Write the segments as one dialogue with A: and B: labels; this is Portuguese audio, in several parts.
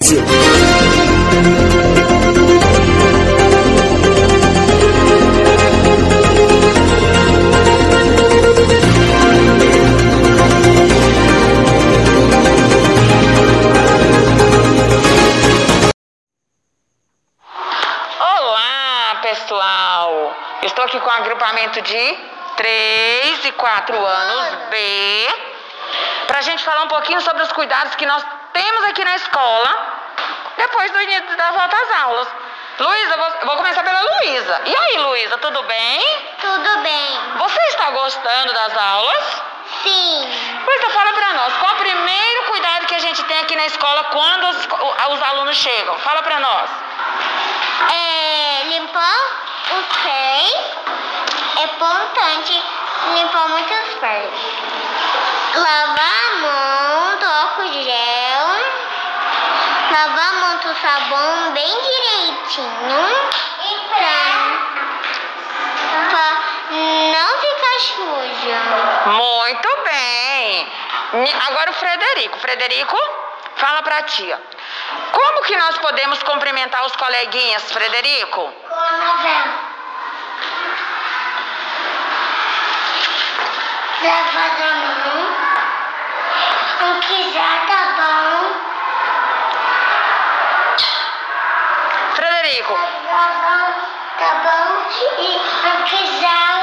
A: Brasil.
B: Olá, pessoal! Estou aqui com o agrupamento de 3 e 4 anos B para a gente falar um pouquinho sobre os cuidados que nós temos aqui na escola depois do início da volta às aulas. Luísa, vou- eu vou começar pela Luísa. E aí, Luísa, tudo bem?
C: Tudo bem.
B: Você está gostando das aulas?
C: Sim.
B: Luísa, fala para nós, qual o primeiro cuidado que a gente tem aqui na escola quando os, os alunos chegam? Fala para nós.
C: É, limpar os pés é importante. Limpar muitos pés. Lavar a mão do álcool gel. Lavar a mão do sabão bem direitinho. Pra, pra não ficar sujo.
B: Muito bem. Me- Agora o Frederico. Frederico, fala pra tia. Como que nós podemos cumprimentar os coleguinhas, Frederico?
C: Com a novela. Lavar a mão. um. O que já tá bom.
B: Frederico,
C: Tá bom, tá bom. E o que já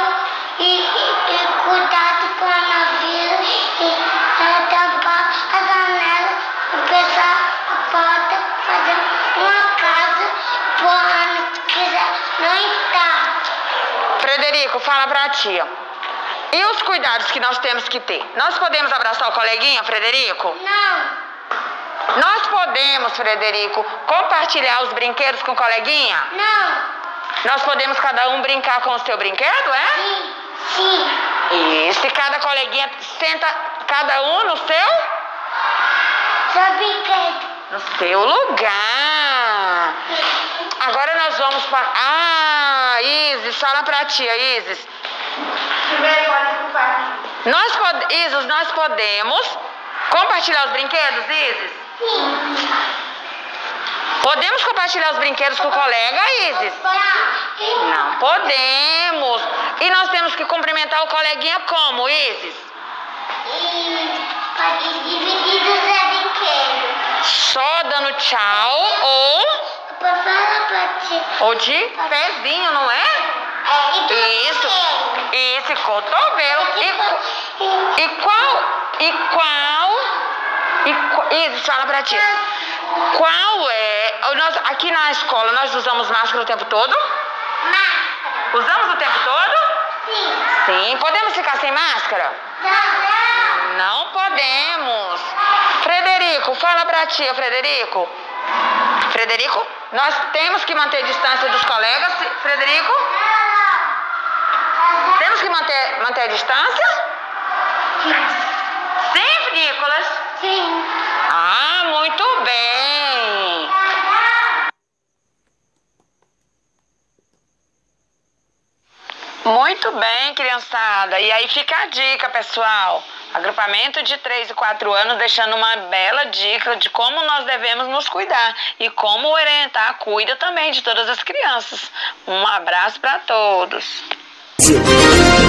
C: e, e, e cuidado com a novela. E é, tampar a janela. O pessoal pode fazer uma casa quando quiser. Não está.
B: Frederico, fala pra tia. E os cuidados que nós temos que ter? Nós podemos abraçar o coleguinha, Frederico?
C: Não.
B: Nós podemos, Frederico, compartilhar os brinquedos com o coleguinha?
C: Não.
B: Nós podemos cada um brincar com o seu brinquedo, é?
C: Sim. Sim.
B: Isso, e cada coleguinha senta cada um no seu?
C: Só brinquedo.
B: No seu lugar. Agora nós vamos para. Ah, Isis, fala pra tia, Isis.
C: Primeiro pode ocupar.
B: Nós pod... Isis, nós podemos compartilhar os brinquedos, Isis?
C: Sim.
B: Podemos compartilhar os brinquedos com o colega, Isis?
C: Não.
B: Não podemos. E nós temos que cumprimentar o coleguinha como, Isis?
C: E pode dividir os brinquedos.
B: Só dando tchau ou.
C: Pra falar pra ti.
B: Ou de pezinho, não é?
C: É, e tu
B: Isso.
C: também.
B: Isso, cotovelo. E, co-
C: E-
B: E qual? E qual? E qu- Isis, fala pra ti. Qual é. o nosso- aqui na escola nós usamos máscara o tempo todo?
C: Máscara.
B: Usamos o tempo todo?
C: Sim.
B: Sim. Podemos ficar sem máscara?
C: Não,
B: Não podemos. Frederico, fala pra tia, Frederico. Frederico, nós temos que manter distância dos colegas, Frederico?
C: não.
B: Temos que manter, manter a distância? Sim, Nicolas.
C: Sim.
B: Ah, muito bem. Muito bem, criançada. E aí fica a dica, pessoal. Agrupamento de 3 e 4 anos deixando uma bela dica de como nós devemos nos cuidar e como o orientar cuida também de todas as crianças. Um abraço para todos.
A: Brasil.